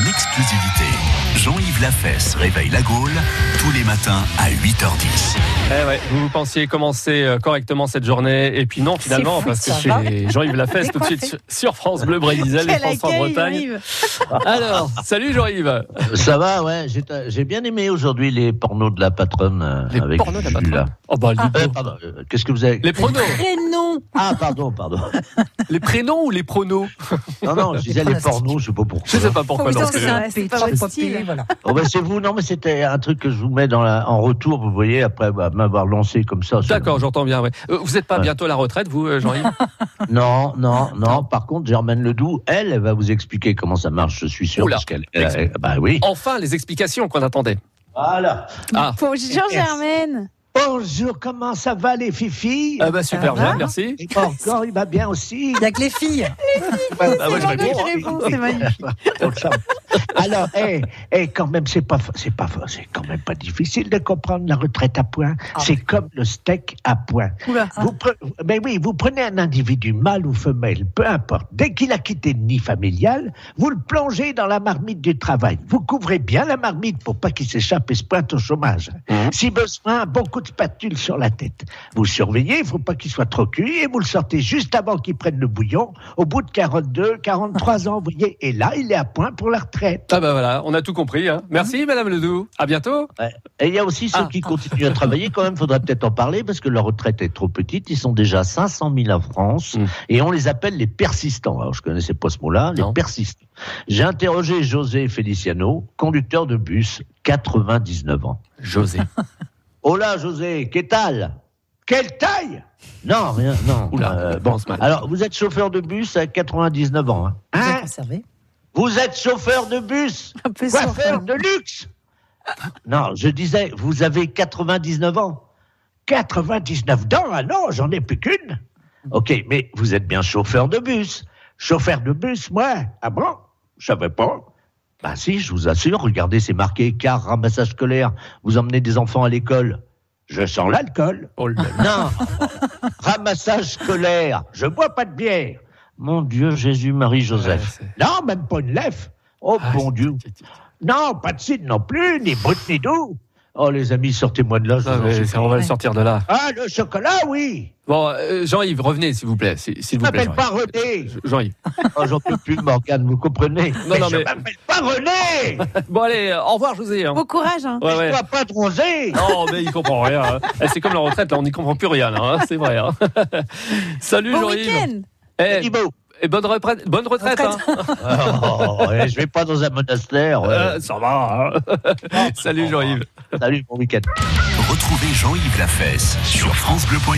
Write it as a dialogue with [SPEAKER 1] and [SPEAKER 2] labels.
[SPEAKER 1] exclusivité. Jean-Yves Lafesse réveille la Gaule tous les matins à 8h10.
[SPEAKER 2] Eh ouais, vous pensiez commencer euh, correctement cette journée, et puis non, finalement,
[SPEAKER 3] fou,
[SPEAKER 2] parce que
[SPEAKER 3] ça
[SPEAKER 2] chez
[SPEAKER 3] va.
[SPEAKER 2] Jean-Yves Lafesse, tout de suite sur- sur France Bleu Brésil et
[SPEAKER 3] Quel
[SPEAKER 2] France en
[SPEAKER 3] accueil,
[SPEAKER 2] Bretagne.
[SPEAKER 3] Jean-Yves.
[SPEAKER 2] Alors, salut Jean-Yves
[SPEAKER 4] Ça va, ouais. J'ai j'ai bien aimé aujourd'hui les pornos de la patronne euh,
[SPEAKER 2] Les
[SPEAKER 4] avec
[SPEAKER 2] pornos de la
[SPEAKER 4] Lulu,
[SPEAKER 2] patronne.
[SPEAKER 4] là.
[SPEAKER 2] Oh bah,
[SPEAKER 3] Ah.
[SPEAKER 4] Euh,
[SPEAKER 2] Ludo.
[SPEAKER 4] pardon, euh, qu'est-ce que vous avez
[SPEAKER 2] Les pronos
[SPEAKER 3] Prénom.
[SPEAKER 4] Ah, pardon, pardon.
[SPEAKER 2] Les prénoms ou les pronos
[SPEAKER 4] Non, non, je disais les pornos, je sais pas pourquoi.
[SPEAKER 2] Je sais pas pourquoi. non,
[SPEAKER 3] Oh, putain,
[SPEAKER 2] parce que-
[SPEAKER 3] c'est un P,
[SPEAKER 5] C'est pas
[SPEAKER 3] trois
[SPEAKER 5] votre
[SPEAKER 3] petits,
[SPEAKER 5] style.
[SPEAKER 3] là.
[SPEAKER 5] Voilà.
[SPEAKER 4] Oh, ben, c'est vous, non, mais c'était un truc que je vous mets dans la, en retour, vous voyez, après bah, m'avoir lancé comme ça. ça-
[SPEAKER 2] D'accord, j'entends bien. ouais. Euh, Vous n'êtes pas
[SPEAKER 4] Ouais.
[SPEAKER 2] bientôt à la retraite, vous, euh, Jean-Yves
[SPEAKER 4] Non, non, non. Par contre, Germaine Ledoux, elle, elle va vous expliquer comment ça marche, je suis sûr.
[SPEAKER 2] Oula. Oh.
[SPEAKER 4] Parce qu'elle, elle- elle- bah oui.
[SPEAKER 2] Enfin, les explications qu'on attendait.
[SPEAKER 4] Voilà.
[SPEAKER 2] Ah,
[SPEAKER 3] Bonjour
[SPEAKER 4] Yes.
[SPEAKER 3] Germaine.
[SPEAKER 4] Bonjour, comment ça va les filles
[SPEAKER 2] ah bah super,
[SPEAKER 3] va
[SPEAKER 2] bien, merci.
[SPEAKER 4] Et encore, il va bien aussi.
[SPEAKER 5] Il n'y a que les filles.
[SPEAKER 4] Bah, ouais,
[SPEAKER 3] C'est
[SPEAKER 4] je
[SPEAKER 3] Jean-Yves qui
[SPEAKER 4] réponds, hein.
[SPEAKER 3] répond, c'est magnifique.
[SPEAKER 4] Donc, ça- Alors, eh, eh, quand même, c'est pas, fa- c'est pas, fa- c'est quand même pas difficile de comprendre la retraite à point. c'est comme le steak à point.
[SPEAKER 3] Oula.
[SPEAKER 4] Vous pre- mais oui, vous prenez un individu mâle ou femelle, peu importe. Dès qu'il a quitté le nid familial, vous le plongez dans la marmite du travail. Vous couvrez bien la marmite pour pas qu'il s'échappe et se pointe au chômage. Si besoin, un bon coup de spatule sur la tête. Vous le surveillez, il faut pas qu'il soit trop cuit et vous le sortez juste avant qu'il prenne le bouillon, au bout de 42, 43 ans, vous voyez. Et là, il est à point pour la retraite.
[SPEAKER 2] Ah bah voilà, on a tout compris. hein.
[SPEAKER 3] Ah.
[SPEAKER 2] Merci, Madame Ledoux. À bientôt.
[SPEAKER 4] Et il y a aussi ceux
[SPEAKER 2] Ah.
[SPEAKER 4] qui continuent à travailler, quand même, faudrait peut-être en parler, parce que leur retraite est trop petite. Ils sont déjà 500 000 en France,
[SPEAKER 2] Mm.
[SPEAKER 4] et on les appelle les persistants. Alors, je connaissais pas ce mot-là, les
[SPEAKER 2] Non.
[SPEAKER 4] persistants. J'ai interrogé José Feliciano, conducteur de bus, 99 ans.
[SPEAKER 2] José.
[SPEAKER 4] Hola, José, qu'est-ce tal Quelle taille Non, rien, non.
[SPEAKER 2] Oula,
[SPEAKER 4] Euh,
[SPEAKER 2] on
[SPEAKER 4] bon,
[SPEAKER 2] commence mal.
[SPEAKER 4] alors, vous êtes chauffeur de bus à 99 ans. Hein,
[SPEAKER 5] Vous
[SPEAKER 4] Hein
[SPEAKER 5] êtes conservé.
[SPEAKER 4] Vous êtes chauffeur de bus
[SPEAKER 3] Un peu sûr.
[SPEAKER 4] coiffeur de luxe. Non, je disais, vous avez 99 ans. 99 dents Ah non, j'en ai plus qu'une. Ok, mais vous êtes bien chauffeur de bus. Chauffeur de bus, moi Ah bon Je savais pas. Ben si, je vous assure, regardez, c'est marqué car ramassage scolaire, vous emmenez des enfants à l'école. Je sens l'alcool.
[SPEAKER 2] Oh là là.
[SPEAKER 4] Non Ramassage scolaire, je bois pas de bière. Mon Dieu, Jésus-Marie-Joseph.
[SPEAKER 2] Ouais,
[SPEAKER 4] non, même pas une lèvre. Oh,
[SPEAKER 2] Ah,
[SPEAKER 4] bon
[SPEAKER 2] c'est-
[SPEAKER 4] Dieu. Non, pas de cidre non plus, ni bottes ni doux. Oh, les amis, sortez-moi de là. je
[SPEAKER 2] Ah,
[SPEAKER 4] vous en
[SPEAKER 2] mais
[SPEAKER 4] supplie.
[SPEAKER 2] ça, on va le sortir de là.
[SPEAKER 4] Ah, le chocolat, oui.
[SPEAKER 2] Bon, euh, Jean-Yves, revenez, s'il vous plaît. s'il- S'il
[SPEAKER 4] Je
[SPEAKER 2] vous plaît.
[SPEAKER 4] m'appelle pas
[SPEAKER 2] Jean-Yves.
[SPEAKER 4] René.
[SPEAKER 2] Je- Jean-Yves.
[SPEAKER 4] Oh, j'en peux plus de Morgane, vous comprenez
[SPEAKER 2] non,
[SPEAKER 4] je
[SPEAKER 2] mais-
[SPEAKER 4] m'appelle pas René
[SPEAKER 2] Bon, allez, euh, au revoir, José. hein.
[SPEAKER 3] Bon courage. hein.
[SPEAKER 2] Ouais,
[SPEAKER 4] Je
[SPEAKER 2] ouais.
[SPEAKER 4] dois pas bronzer
[SPEAKER 2] Non, mais il comprend rien. hein. Eh, C'est comme la retraite, là, on n'y comprend plus rien, là, hein, c'est vrai. hein. Salut,
[SPEAKER 3] Bon
[SPEAKER 2] Jean-Yves.
[SPEAKER 3] week-end.
[SPEAKER 2] Eh,
[SPEAKER 4] Thibaut.
[SPEAKER 2] et bonne retraite, bonne retraite.
[SPEAKER 5] Retraite.
[SPEAKER 2] hein.
[SPEAKER 4] Oh, eh, je vais pas dans un monastère.
[SPEAKER 2] Euh,
[SPEAKER 4] ouais.
[SPEAKER 2] ça va. hein. Salut, Jean-Yves.
[SPEAKER 4] Salut, bon week-end.
[SPEAKER 1] Retrouvez Jean-Yves Lafesse sur FranceBleu.fr.